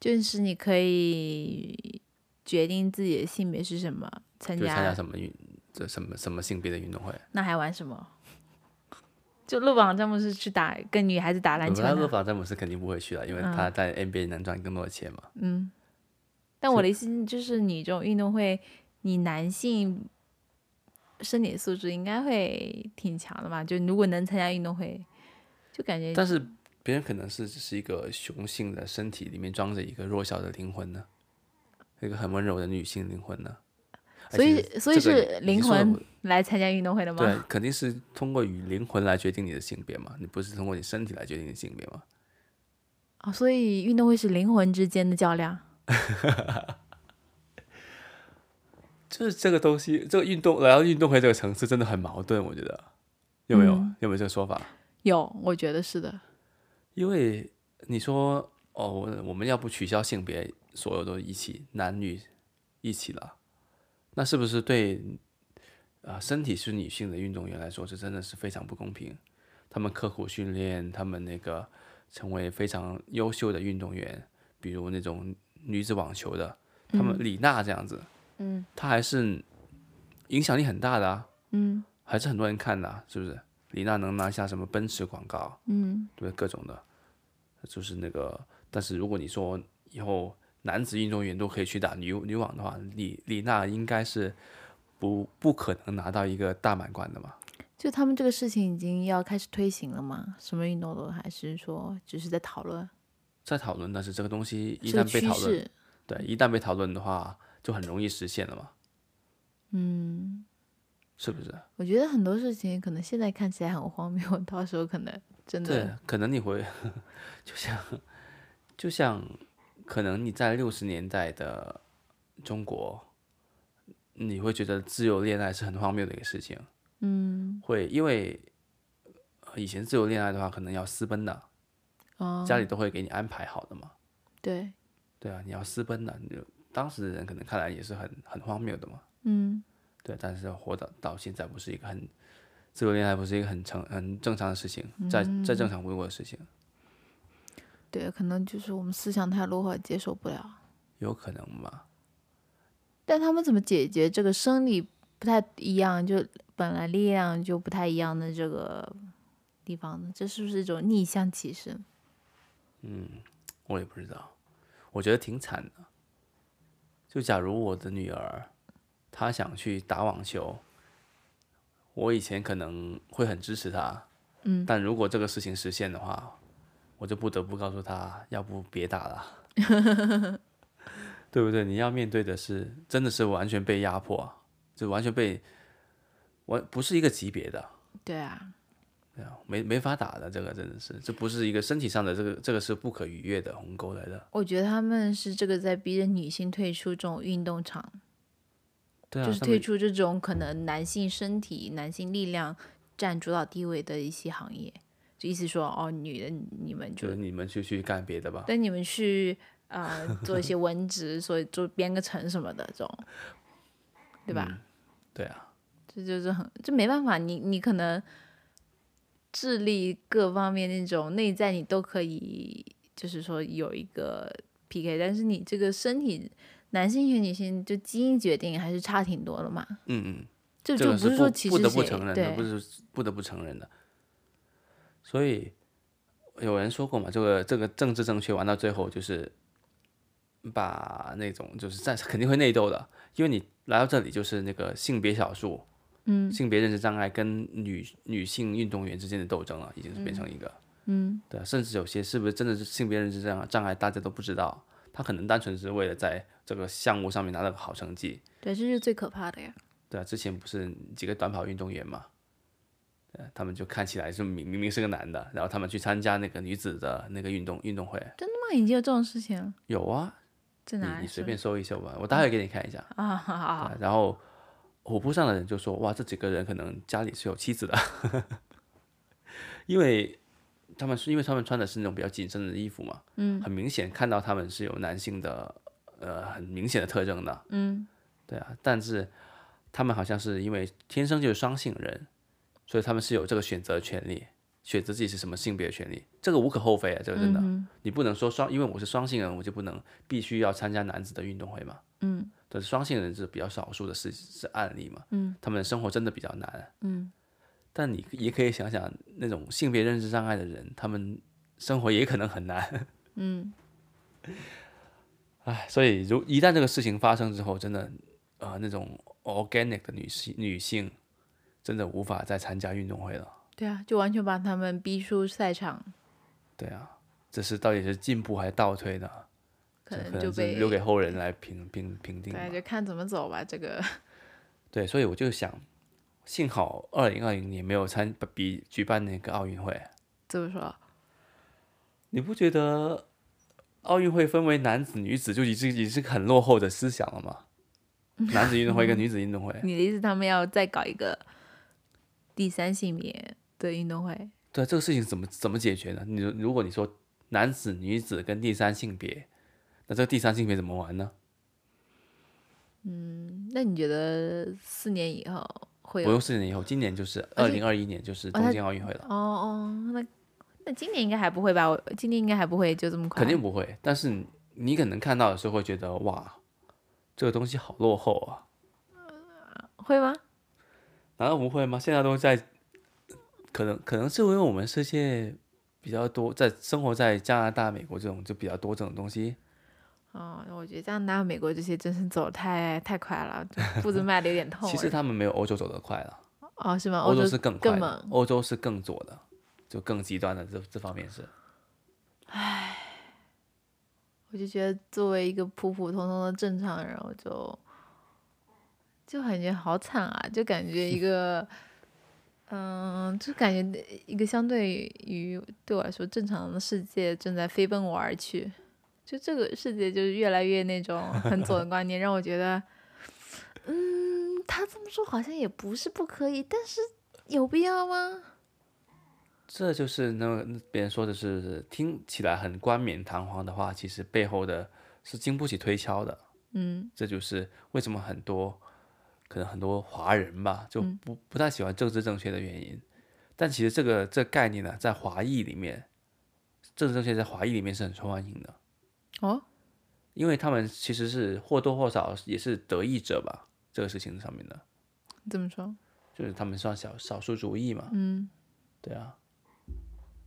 [SPEAKER 2] 就是你可以决定自己的性别是什么，参
[SPEAKER 1] 就参加
[SPEAKER 2] 加
[SPEAKER 1] 什么运这什么什么性别的运动会？
[SPEAKER 2] 那还玩什么？就勒布朗詹姆斯去打跟女孩子打篮
[SPEAKER 1] 我
[SPEAKER 2] 球
[SPEAKER 1] 们勒
[SPEAKER 2] 呢？嗯
[SPEAKER 1] 布朗詹姆斯肯定不会去了，因为他在 NBA 能赚更多的钱嘛。
[SPEAKER 2] 但我的意思就是，你这种运动会你男性身体素质应该会挺强的吧？就如果能参加运动会，就感觉
[SPEAKER 1] 但是别人可能是只是一个雄性的身体里面装着一个弱小的灵魂呢，一个很温柔的女性灵魂呢。哎
[SPEAKER 2] 所以
[SPEAKER 1] 其实
[SPEAKER 2] 所以
[SPEAKER 1] 这个
[SPEAKER 2] 是
[SPEAKER 1] 已
[SPEAKER 2] 灵
[SPEAKER 1] 经说了
[SPEAKER 2] 魂
[SPEAKER 1] 我
[SPEAKER 2] 来参加运动会的吗？
[SPEAKER 1] 对，肯定是通过与灵魂来决定你的性别嘛，你不是通过你身体来决定你的性别嘛？
[SPEAKER 2] 啊、所以运动会是灵魂之间的较量。
[SPEAKER 1] 就是这个东西，这个运动来到运动会这个层次真的很矛盾，我觉得有没有、
[SPEAKER 2] 嗯
[SPEAKER 1] 有没有这个说法？
[SPEAKER 2] 有，我觉得是的。
[SPEAKER 1] 因为你说哦，我我们要不取消性别，所有都一起，男女一起了，那是不是对啊、呃身体是女性的运动员来说，这真的是非常不公平？他们刻苦训练，他们那个成为非常优秀的运动员，比如那种女子网球的，他们李娜这样子，
[SPEAKER 2] 嗯
[SPEAKER 1] 她还是影响力很大的啊，
[SPEAKER 2] 嗯
[SPEAKER 1] 还是很多人看的、啊，是不是？李娜能拿下什么奔驰广告？
[SPEAKER 2] 嗯
[SPEAKER 1] 对各种的，就是那个。但是如果你说以后男子运动员都可以去打女女网的话，李李娜应该是不不可能拿到一个大满贯的嘛？
[SPEAKER 2] 就他们这个事情已经要开始推行了吗？什么运动都还是说只是在讨论
[SPEAKER 1] 在讨论，但是这个东西一
[SPEAKER 2] 这个
[SPEAKER 1] 旦被
[SPEAKER 2] 趋
[SPEAKER 1] 讨论，
[SPEAKER 2] 势？
[SPEAKER 1] 对，一旦被讨论的话，就很容易实现了嘛？
[SPEAKER 2] 嗯，
[SPEAKER 1] 是不是？
[SPEAKER 2] 我觉得很多事情可能现在看起来很荒谬， [laughs] 到时候可能真
[SPEAKER 1] 对
[SPEAKER 2] 的，
[SPEAKER 1] 可能你会 [laughs] 就像就像可能你在六十年代的中国，你会觉得自由恋爱是很荒谬的一个事情。
[SPEAKER 2] 嗯
[SPEAKER 1] 会因为呃以前自由恋爱的话，可能要私奔的，
[SPEAKER 2] 哦，
[SPEAKER 1] 家里都会给你安排好的嘛。
[SPEAKER 2] 对，
[SPEAKER 1] 对啊，你要私奔的，你就当时的人可能看来也是很很荒谬的嘛。
[SPEAKER 2] 嗯
[SPEAKER 1] 对，但是活到到现在，不是一个很自由恋爱，不是一个很成很正常的事情，再再正常不过的事情，
[SPEAKER 2] 对，可能就是我们思想太落后，接受不了。
[SPEAKER 1] 有可能嘛？
[SPEAKER 2] 但他们怎么解决这个生理不太一样，就本来力量就不太一样的这个地方呢？这是不是一种逆向歧视？
[SPEAKER 1] 我也不知道，我觉得挺惨的。就假如我的女儿，她想去打网球，我以前可能会很支持她，
[SPEAKER 2] 嗯，
[SPEAKER 1] 但如果这个事情实现的话，我就不得不告诉她，要不别打了， [laughs] 对不对？你要面对的是，真的是完全被压迫，就完全被完不是一个级别的，
[SPEAKER 2] 对啊，
[SPEAKER 1] 对啊，没没法打的，这个真的是，这不是一个身体上的，这个这个是不可逾越的鸿沟来的。
[SPEAKER 2] 我觉得他们是这个在逼着女性退出这种运动场，
[SPEAKER 1] 对啊，
[SPEAKER 2] 就是
[SPEAKER 1] 他们
[SPEAKER 2] 退出这种可能男性身体、男性力量占主导地位的一些行业，就意思说哦，女的你们就
[SPEAKER 1] 就是你们去去干别的吧，
[SPEAKER 2] 等你们去呃做一些 [laughs] 文职，所以做编个程什么的这种，
[SPEAKER 1] 嗯
[SPEAKER 2] 对吧？
[SPEAKER 1] 对啊，
[SPEAKER 2] 这就是很，这没办法，你你可能智力各方面那种内在你都可以，就是说有一个 PK，但是你这个身体，男性和女性就基因决定还是差挺多的嘛。
[SPEAKER 1] 嗯嗯，
[SPEAKER 2] 这
[SPEAKER 1] 这
[SPEAKER 2] 就
[SPEAKER 1] 个
[SPEAKER 2] 是说歧
[SPEAKER 1] 不不
[SPEAKER 2] 视
[SPEAKER 1] 得不
[SPEAKER 2] 谁，
[SPEAKER 1] 承认的，
[SPEAKER 2] 对
[SPEAKER 1] 不，是不得不承认的。所以有人说过嘛，这个这个政治正确玩到最后就是把那种就是在肯定会内斗的，因为你来到这里就是那个性别少数，嗯，性别认知障碍跟女女性运动员之间的斗争了，已经是变成一个，嗯，对啊，甚至有些是不是真的是性别认知障碍障碍，大家都不知道，他可能单纯是为了在这个项目上面拿到个好成绩，
[SPEAKER 2] 对，这是最可怕的呀。
[SPEAKER 1] 对啊，之前不是几个短跑运动员嘛，对啊他们就看起来是明明明是个男的，然后他们去参加那个女子的那个运动运动会，
[SPEAKER 2] 真的吗？已经有这种事情了，
[SPEAKER 1] 有啊，
[SPEAKER 2] 在
[SPEAKER 1] 你
[SPEAKER 2] 哪里
[SPEAKER 1] 你随
[SPEAKER 2] 说？
[SPEAKER 1] 便搜一搜吧，我待会给你看一下。
[SPEAKER 2] 啊，好好好
[SPEAKER 1] 对啊然后虎扑上的人就说，哇，这几个人可能家里是有妻子的， [laughs] 因为他们是因为他们穿的是那种比较紧身的衣服嘛，嗯，很明显看到他们是有男性的呃很明显的特征的，
[SPEAKER 2] 嗯，
[SPEAKER 1] 对啊，但是他们好像是因为天生就是双性人，所以他们是有这个选择权利，选择自己是什么性别的权利，这个无可厚非啊，这个真的，
[SPEAKER 2] 嗯
[SPEAKER 1] 你不能说双，因为我是双性人，我就不能必须要参加男子的运动会嘛，
[SPEAKER 2] 嗯，
[SPEAKER 1] 对，双性人是比较少数的事是案例嘛，
[SPEAKER 2] 嗯，
[SPEAKER 1] 他们的生活真的比较难，
[SPEAKER 2] 嗯，
[SPEAKER 1] 但你也可以想想那种性别认知障碍的人，他们生活也可能很难。
[SPEAKER 2] 嗯，
[SPEAKER 1] [laughs] 唉，所以如一旦这个事情发生之后，真的呃那种 organic 的女性女性，真的无法再参加运动会了。
[SPEAKER 2] 对啊，就完全把他们逼出赛场，
[SPEAKER 1] 对啊，这是到底是进步还是倒退呢？
[SPEAKER 2] 可
[SPEAKER 1] 这
[SPEAKER 2] 能
[SPEAKER 1] 能
[SPEAKER 2] 就是被
[SPEAKER 1] 留给后人来评评评定吧。
[SPEAKER 2] 对，就看怎么走吧。这个 [laughs]
[SPEAKER 1] 对，所以我就想，幸好二零二零年没有参比举办那个奥运会。
[SPEAKER 2] 怎么说？，
[SPEAKER 1] 你不觉得奥运会分为男子、女子，就已经已经是很落后的思想了吗？男子运动会跟女子运动会
[SPEAKER 2] [laughs] 你的意思他们要再搞一个第三性别的运动会？
[SPEAKER 1] 对这个事情怎么怎么解决呢？你如果你说男子、女子跟第三性别，那这个第三性别怎么玩呢？
[SPEAKER 2] 那你觉得四年以后会有
[SPEAKER 1] 不用四年以后，今年就是二
[SPEAKER 2] 啊而且
[SPEAKER 1] 零二一年，就是
[SPEAKER 2] 它
[SPEAKER 1] 东京奥运会了，
[SPEAKER 2] 哦哦，那那今年应该还不会吧？我今年应该还不会就这么快，
[SPEAKER 1] 肯定不会。但是你你可能看到的时候会觉得，哇，这个东西好落后啊！
[SPEAKER 2] 会吗？
[SPEAKER 1] 难道不会吗？现在都在，可能可能是因为我们世界比较多，在生活在加拿大、美国这种就比较多这种东西。
[SPEAKER 2] 哦，我觉得加拿大、美国这些真是走得太太快了，就步子迈的有点
[SPEAKER 1] [laughs]
[SPEAKER 2] 痛了。
[SPEAKER 1] 其实他们没有欧洲走得快了，
[SPEAKER 2] 哦，是吗？
[SPEAKER 1] 欧
[SPEAKER 2] 洲
[SPEAKER 1] 是更快的
[SPEAKER 2] 更猛，
[SPEAKER 1] 欧洲是更左的，就更极端的这这方面是。
[SPEAKER 2] 我就觉得作为一个普普通通的正常人，我就就感觉好惨啊，就感觉一个，嗯，就感觉一个相对于对我来说正常的世界正在飞奔我而去，就这个世界就是越来越
[SPEAKER 1] [laughs]
[SPEAKER 2] 那种很左的观念，让我觉得，嗯，他这么说好像也不是不可以，但是有必要吗？
[SPEAKER 1] 这就是那个别人说的是听起来很冠冕堂皇的话，其实背后的是经不起推敲的。
[SPEAKER 2] 嗯，
[SPEAKER 1] 这就是为什么很多可能很多华人吧，就不不太喜欢政治正确的原因。但其实这个这概念呢，在华裔里面，政治正确在华裔里面是很受欢迎的，
[SPEAKER 2] 哦，
[SPEAKER 1] 因为他们其实是或多或少也是得益者吧，这个事情上面的，
[SPEAKER 2] 怎么说？
[SPEAKER 1] 就是他们算少少数族裔嘛，
[SPEAKER 2] 嗯，
[SPEAKER 1] 对啊，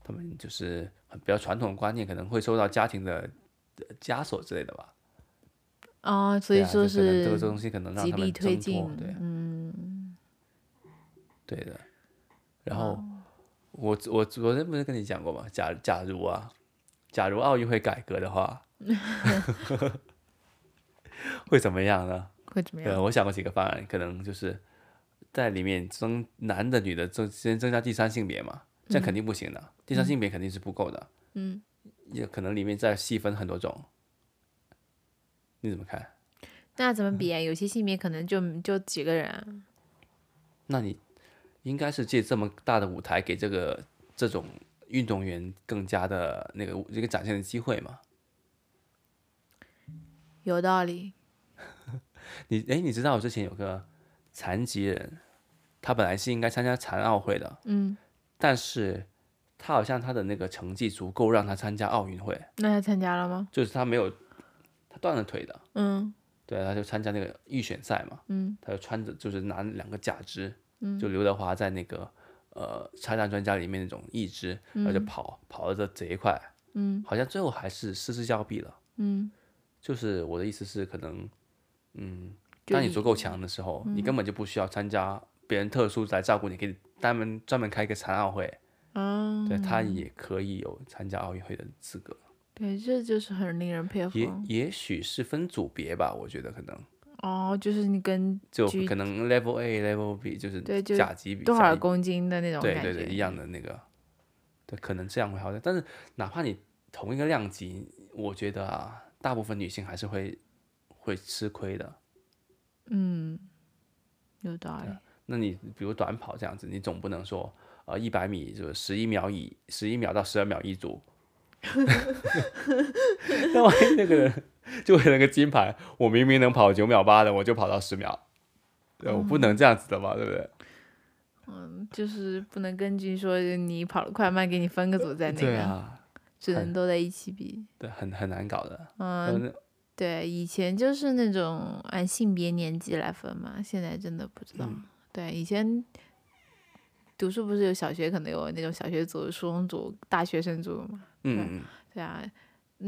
[SPEAKER 1] 他们就是很比较传统的观念，可能会受到家庭的呃枷锁之类的吧。
[SPEAKER 2] 哦，所以
[SPEAKER 1] 对啊
[SPEAKER 2] 说
[SPEAKER 1] 就可能这
[SPEAKER 2] 是
[SPEAKER 1] 个东西可能让
[SPEAKER 2] 极
[SPEAKER 1] 他们
[SPEAKER 2] 力推
[SPEAKER 1] 挣
[SPEAKER 2] 进
[SPEAKER 1] 脱，，对啊，
[SPEAKER 2] 嗯，
[SPEAKER 1] 对的。然后
[SPEAKER 2] 哦
[SPEAKER 1] 我我昨天不是跟你讲过吗？假假如啊，假如奥运会改革的话，会怎么样呢？
[SPEAKER 2] 会怎么
[SPEAKER 1] 呃，
[SPEAKER 2] 样？
[SPEAKER 1] 我想过几个方案，可能就是在里面增男的、女的增先增加第三性别嘛，这样肯定不行的，第三性别肯定是不够的。
[SPEAKER 2] 嗯，
[SPEAKER 1] 也可能里面再细分很多种，你怎么看？
[SPEAKER 2] 那怎么比啊？有些性别可能就就几个人啊，
[SPEAKER 1] 那你应该是借这么大的舞台给这个这种运动员更加的那个一个展现的机会嘛？
[SPEAKER 2] 有道理。
[SPEAKER 1] 你哎，你知道我之前有个残疾人，他本来是应该参加残奥会的，
[SPEAKER 2] 嗯，
[SPEAKER 1] 但是他好像他的那个成绩足够让他参加奥运会，
[SPEAKER 2] 那他参加了吗？
[SPEAKER 1] 就是他没有他断了腿的，
[SPEAKER 2] 嗯
[SPEAKER 1] 对，他就参加那个预选赛嘛，
[SPEAKER 2] 嗯，
[SPEAKER 1] 他就穿着就是拿两个假肢，
[SPEAKER 2] 嗯
[SPEAKER 1] 就刘德华在那个呃《拆弹专家》里面那种义肢，然后就
[SPEAKER 2] 嗯
[SPEAKER 1] 跑、跑的贼快，
[SPEAKER 2] 嗯
[SPEAKER 1] 好像最后还是失之交臂了。
[SPEAKER 2] 嗯，
[SPEAKER 1] 就是我的意思是，可能，嗯，
[SPEAKER 2] 就
[SPEAKER 1] 当你
[SPEAKER 2] 你嗯
[SPEAKER 1] 足够强的时候，你根本就不需要参加别人特殊来照顾你，可以专门专门开一个残奥会，
[SPEAKER 2] 啊，
[SPEAKER 1] 对他也可以有参加奥运会的资格。
[SPEAKER 2] 对，这就是很令人佩服
[SPEAKER 1] 也也许是分组别吧，我觉得可能
[SPEAKER 2] 哦，就是你跟
[SPEAKER 1] 就
[SPEAKER 2] 举
[SPEAKER 1] 可能 level A level B 就是
[SPEAKER 2] 对就
[SPEAKER 1] 甲级比
[SPEAKER 2] 多
[SPEAKER 1] 甲
[SPEAKER 2] 少
[SPEAKER 1] 乙
[SPEAKER 2] 公斤的那种
[SPEAKER 1] 对
[SPEAKER 2] 感
[SPEAKER 1] 对
[SPEAKER 2] 觉，
[SPEAKER 1] 对一样的那个，对，可能这样会好点。但是哪怕你同一个量级，我觉得啊，大部分女性还是会会吃亏的。
[SPEAKER 2] 嗯，有道
[SPEAKER 1] 对
[SPEAKER 2] 理
[SPEAKER 1] 啊。那你比如短跑这样子，你总不能说呃一百米就是十一秒以十一秒到十二秒一组， [laughs] 那万一那个人就为了个金牌，我明明能跑九秒八的，我就跑到十秒，对，我不能这样子的嘛，对不对？
[SPEAKER 2] 嗯，就是不能根据说你跑得快慢给你分个组在那
[SPEAKER 1] 对
[SPEAKER 2] 个，
[SPEAKER 1] 啊，
[SPEAKER 2] 只
[SPEAKER 1] 很
[SPEAKER 2] 能都在一起比。
[SPEAKER 1] 对，很很难搞的。
[SPEAKER 2] 嗯，
[SPEAKER 1] 嗯，
[SPEAKER 2] 对，以前就是那种按性别年级来分嘛，现在真的不知
[SPEAKER 1] 嗯
[SPEAKER 2] 道。对，以前读书不是有小学可能有那种小学组、初中组、大学生组嘛？
[SPEAKER 1] 嗯嗯，
[SPEAKER 2] 对啊，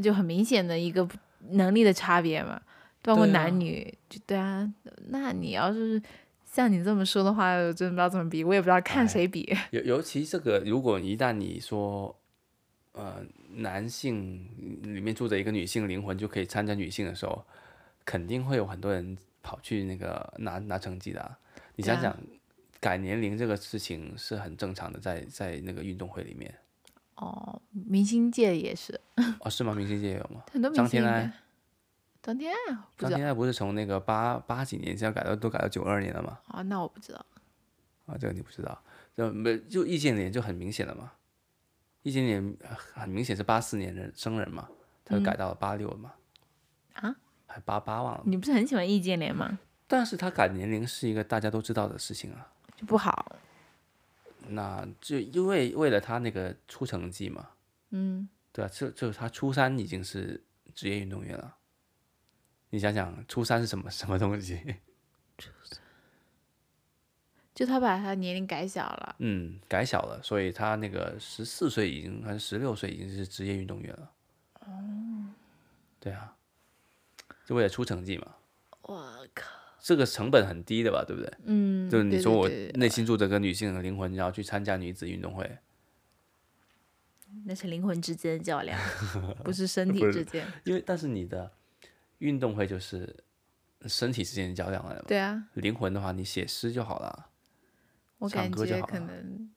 [SPEAKER 2] 就很明显的一个不能力的差别嘛。包括
[SPEAKER 1] 对啊
[SPEAKER 2] 男女，就对啊。那你要是像你这么说的话，我真的不知道怎么比，我也不知道看
[SPEAKER 1] 哎
[SPEAKER 2] 谁比。 [laughs]
[SPEAKER 1] 尤尤其这个，如果一旦你说，呃，男性里面住着一个女性灵魂，就可以参加女性的时候，肯定会有很多人跑去那个拿拿成绩的啊。你
[SPEAKER 2] 对
[SPEAKER 1] 想
[SPEAKER 2] 啊
[SPEAKER 1] 想，改年龄这个事情是很正常的在，在那个运动会里面。
[SPEAKER 2] 哦，明星界也是
[SPEAKER 1] 哦，是吗？明星界也有吗？
[SPEAKER 2] 很多明
[SPEAKER 1] 张
[SPEAKER 2] 星
[SPEAKER 1] 天
[SPEAKER 2] 应
[SPEAKER 1] 爱
[SPEAKER 2] 该。张天爱啊不
[SPEAKER 1] 张
[SPEAKER 2] 知道
[SPEAKER 1] 天爱不是从那个八八几年，现在改到都改到九二年了吗？
[SPEAKER 2] 啊，那我不知道。
[SPEAKER 1] 啊，这个你不知道，就没就易建联就很明显了嘛，易建联呃很明显是八四年人生人嘛，他就改到了八六嘛，
[SPEAKER 2] 嗯啊，
[SPEAKER 1] 还八八忘了，
[SPEAKER 2] 你不是很喜欢易建联吗？
[SPEAKER 1] 但是他改年龄是一个大家都知道的事情啊，
[SPEAKER 2] 就不好，
[SPEAKER 1] 那就因为为了他那个出成绩嘛，
[SPEAKER 2] 嗯，
[SPEAKER 1] 对啊，就就他初三已经是职业运动员了，你想想初三是什么什么东西？
[SPEAKER 2] 就他把他年龄改小了，
[SPEAKER 1] 嗯，改小了，所以他那个十四岁已经还是十六岁已经是职业运动员了。哦，对啊，就为了出成绩嘛，
[SPEAKER 2] 我靠，
[SPEAKER 1] 这个成本很低的吧，对不对？
[SPEAKER 2] 嗯，
[SPEAKER 1] 就是你
[SPEAKER 2] 对
[SPEAKER 1] 说
[SPEAKER 2] 对
[SPEAKER 1] 我
[SPEAKER 2] 对对
[SPEAKER 1] 内心住着个女性的灵魂，然后去参加女子运动会，
[SPEAKER 2] 那是灵魂之间的较量，不是身
[SPEAKER 1] [laughs]
[SPEAKER 2] 体
[SPEAKER 1] 不是
[SPEAKER 2] 之间。
[SPEAKER 1] 因为但是你的运动会就是身体之间的较量来了嘛，
[SPEAKER 2] 对啊，
[SPEAKER 1] 灵魂的话你写诗就好了。
[SPEAKER 2] 我
[SPEAKER 1] 唱
[SPEAKER 2] 感
[SPEAKER 1] 歌就
[SPEAKER 2] 觉
[SPEAKER 1] 好
[SPEAKER 2] 可
[SPEAKER 1] 了
[SPEAKER 2] 能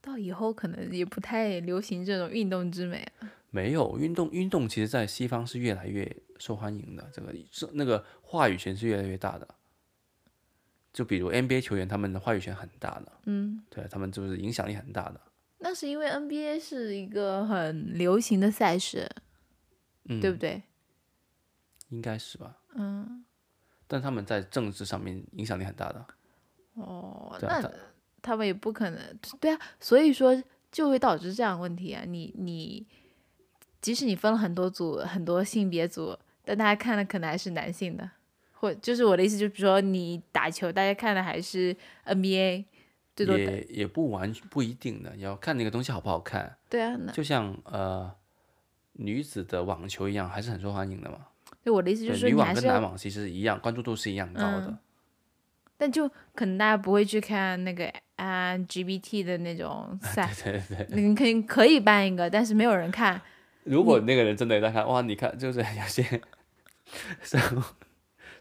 [SPEAKER 2] 到以后可能也不太流行这种运动之美了。
[SPEAKER 1] 没有运动，运动其实在西方是越来越受欢迎的，这个是那个话语权是越来越大的。就比如 NBA 球员，他们的话语权很大的，
[SPEAKER 2] 嗯，
[SPEAKER 1] 对他们就是影响力很大的。
[SPEAKER 2] 那是因为 NBA 是一个很流行的赛事，
[SPEAKER 1] 嗯，
[SPEAKER 2] 对不对？
[SPEAKER 1] 应该是吧？
[SPEAKER 2] 嗯，
[SPEAKER 1] 但他们在政治上面影响力很大的。
[SPEAKER 2] 哦，
[SPEAKER 1] 对啊
[SPEAKER 2] 那
[SPEAKER 1] 他
[SPEAKER 2] 他们也不可能，对啊，所以说就会导致这样的问题啊。你你，即使你分了很多组，很多性别组，但大家看的可能还是男性的，或就是我的意思，就比如说你打球，大家看的还是 NBA，最多
[SPEAKER 1] 也也不完不一定的，要看那个东西好不好看。
[SPEAKER 2] 对啊，那
[SPEAKER 1] 就像呃女子的网球一样，还是很受欢迎的嘛。
[SPEAKER 2] 对我的意思就是说
[SPEAKER 1] 对，女
[SPEAKER 2] 你还
[SPEAKER 1] 网
[SPEAKER 2] 是
[SPEAKER 1] 跟
[SPEAKER 2] 要
[SPEAKER 1] 男网其实一样，关注度是一样高的。
[SPEAKER 2] 嗯但就可能大家不会去看那个啊 LGBT 的那种赛，
[SPEAKER 1] 对对哎对。
[SPEAKER 2] 你可以可以办一个，但是没有人看。
[SPEAKER 1] 如果那个人真的在看，哇，你看，就是有些生活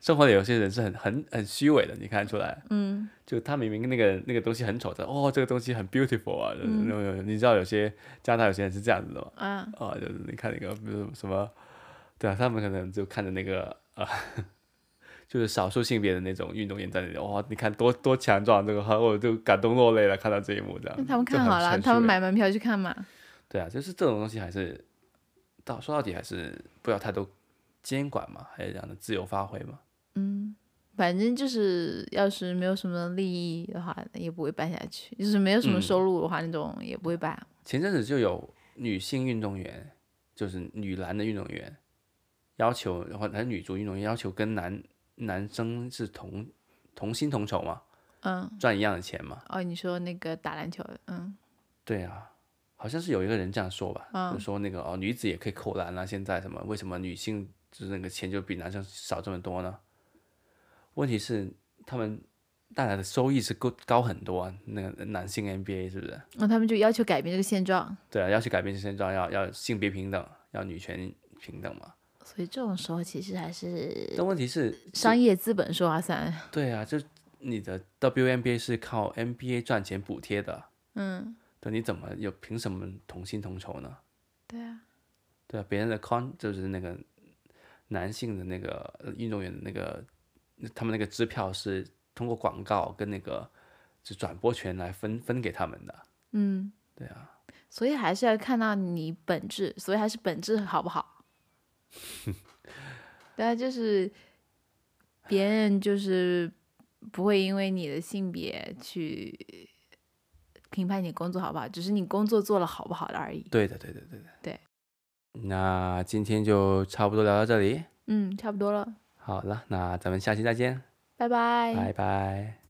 [SPEAKER 1] 生活里有些人是很很很虚伪的，你看得出来，
[SPEAKER 2] 嗯，
[SPEAKER 1] 就他明明那个那个东西很丑的，哦，这个东西很 beautiful 啊，
[SPEAKER 2] 嗯
[SPEAKER 1] 那种、你知道有些加拿大有些人是这样子的嘛，
[SPEAKER 2] 啊，
[SPEAKER 1] 啊、就是你看那个比如什么，对啊，他们可能就看着那个 [laughs] 啊。就是少数性别的那种运动员在那里，哇、你看多多强壮，这个哦我就感动落泪了，看到这一幕这样
[SPEAKER 2] 那。他们
[SPEAKER 1] 就
[SPEAKER 2] 看
[SPEAKER 1] 很
[SPEAKER 2] 好了，
[SPEAKER 1] 很
[SPEAKER 2] 他
[SPEAKER 1] 虚
[SPEAKER 2] 们
[SPEAKER 1] 伪
[SPEAKER 2] 买门票去看嘛。
[SPEAKER 1] 对啊，就是这种东西还是到说到底还是不要太多监管嘛，还有这样的自由发挥嘛。
[SPEAKER 2] 嗯，反正就是要是没有什么利益的话，也不会办下去；就是没有什么
[SPEAKER 1] 嗯
[SPEAKER 2] 收入的话，那种也不会办。
[SPEAKER 1] 前阵子就有女性运动员，就是女篮的运动员，要求然后还是女足运动员要求跟男男生是同同薪同酬嘛，
[SPEAKER 2] 嗯，
[SPEAKER 1] 赚一样的钱嘛。
[SPEAKER 2] 哦，你说那个打篮球的，嗯，
[SPEAKER 1] 对啊，好像是有一个人这样说吧，就说那个哦，女子也可以扣篮啊，现在什么为什么女性就是那个钱就比男生少这么多呢？问题是他们带来的收益是高高很多啊，那个男性 NBA 是不是？
[SPEAKER 2] 那、他们就要求改变这个现状，
[SPEAKER 1] 对啊，要去改变现状，要要性别平等，要女权平等嘛。
[SPEAKER 2] 所以这种时候其实还是
[SPEAKER 1] 但问题是，
[SPEAKER 2] 商业资本说话算。
[SPEAKER 1] 对啊，就你的 WNBA 是靠 NBA 赚钱补贴的，
[SPEAKER 2] 嗯，
[SPEAKER 1] 对，你怎么有凭什么同薪同酬呢？
[SPEAKER 2] 对啊，
[SPEAKER 1] 对啊，别人的 con 就是那个男性的那个呃运动员的那个，他们那个支票是通过广告跟那个就转播权来分分给他们的。
[SPEAKER 2] 嗯。
[SPEAKER 1] 对啊，
[SPEAKER 2] 所以还是要看到你本质，所以还是本质好不 [laughs] 好？对啊，就是别人就是不会因为你的性别去评判你工作好不好，只是你工作做了好不好的而已。
[SPEAKER 1] 对的，对的，对的，
[SPEAKER 2] 对。
[SPEAKER 1] 那今天就差不多聊到这里，
[SPEAKER 2] 嗯，差不多了，
[SPEAKER 1] 好了，那咱们下期再见，
[SPEAKER 2] 拜拜。
[SPEAKER 1] 拜拜。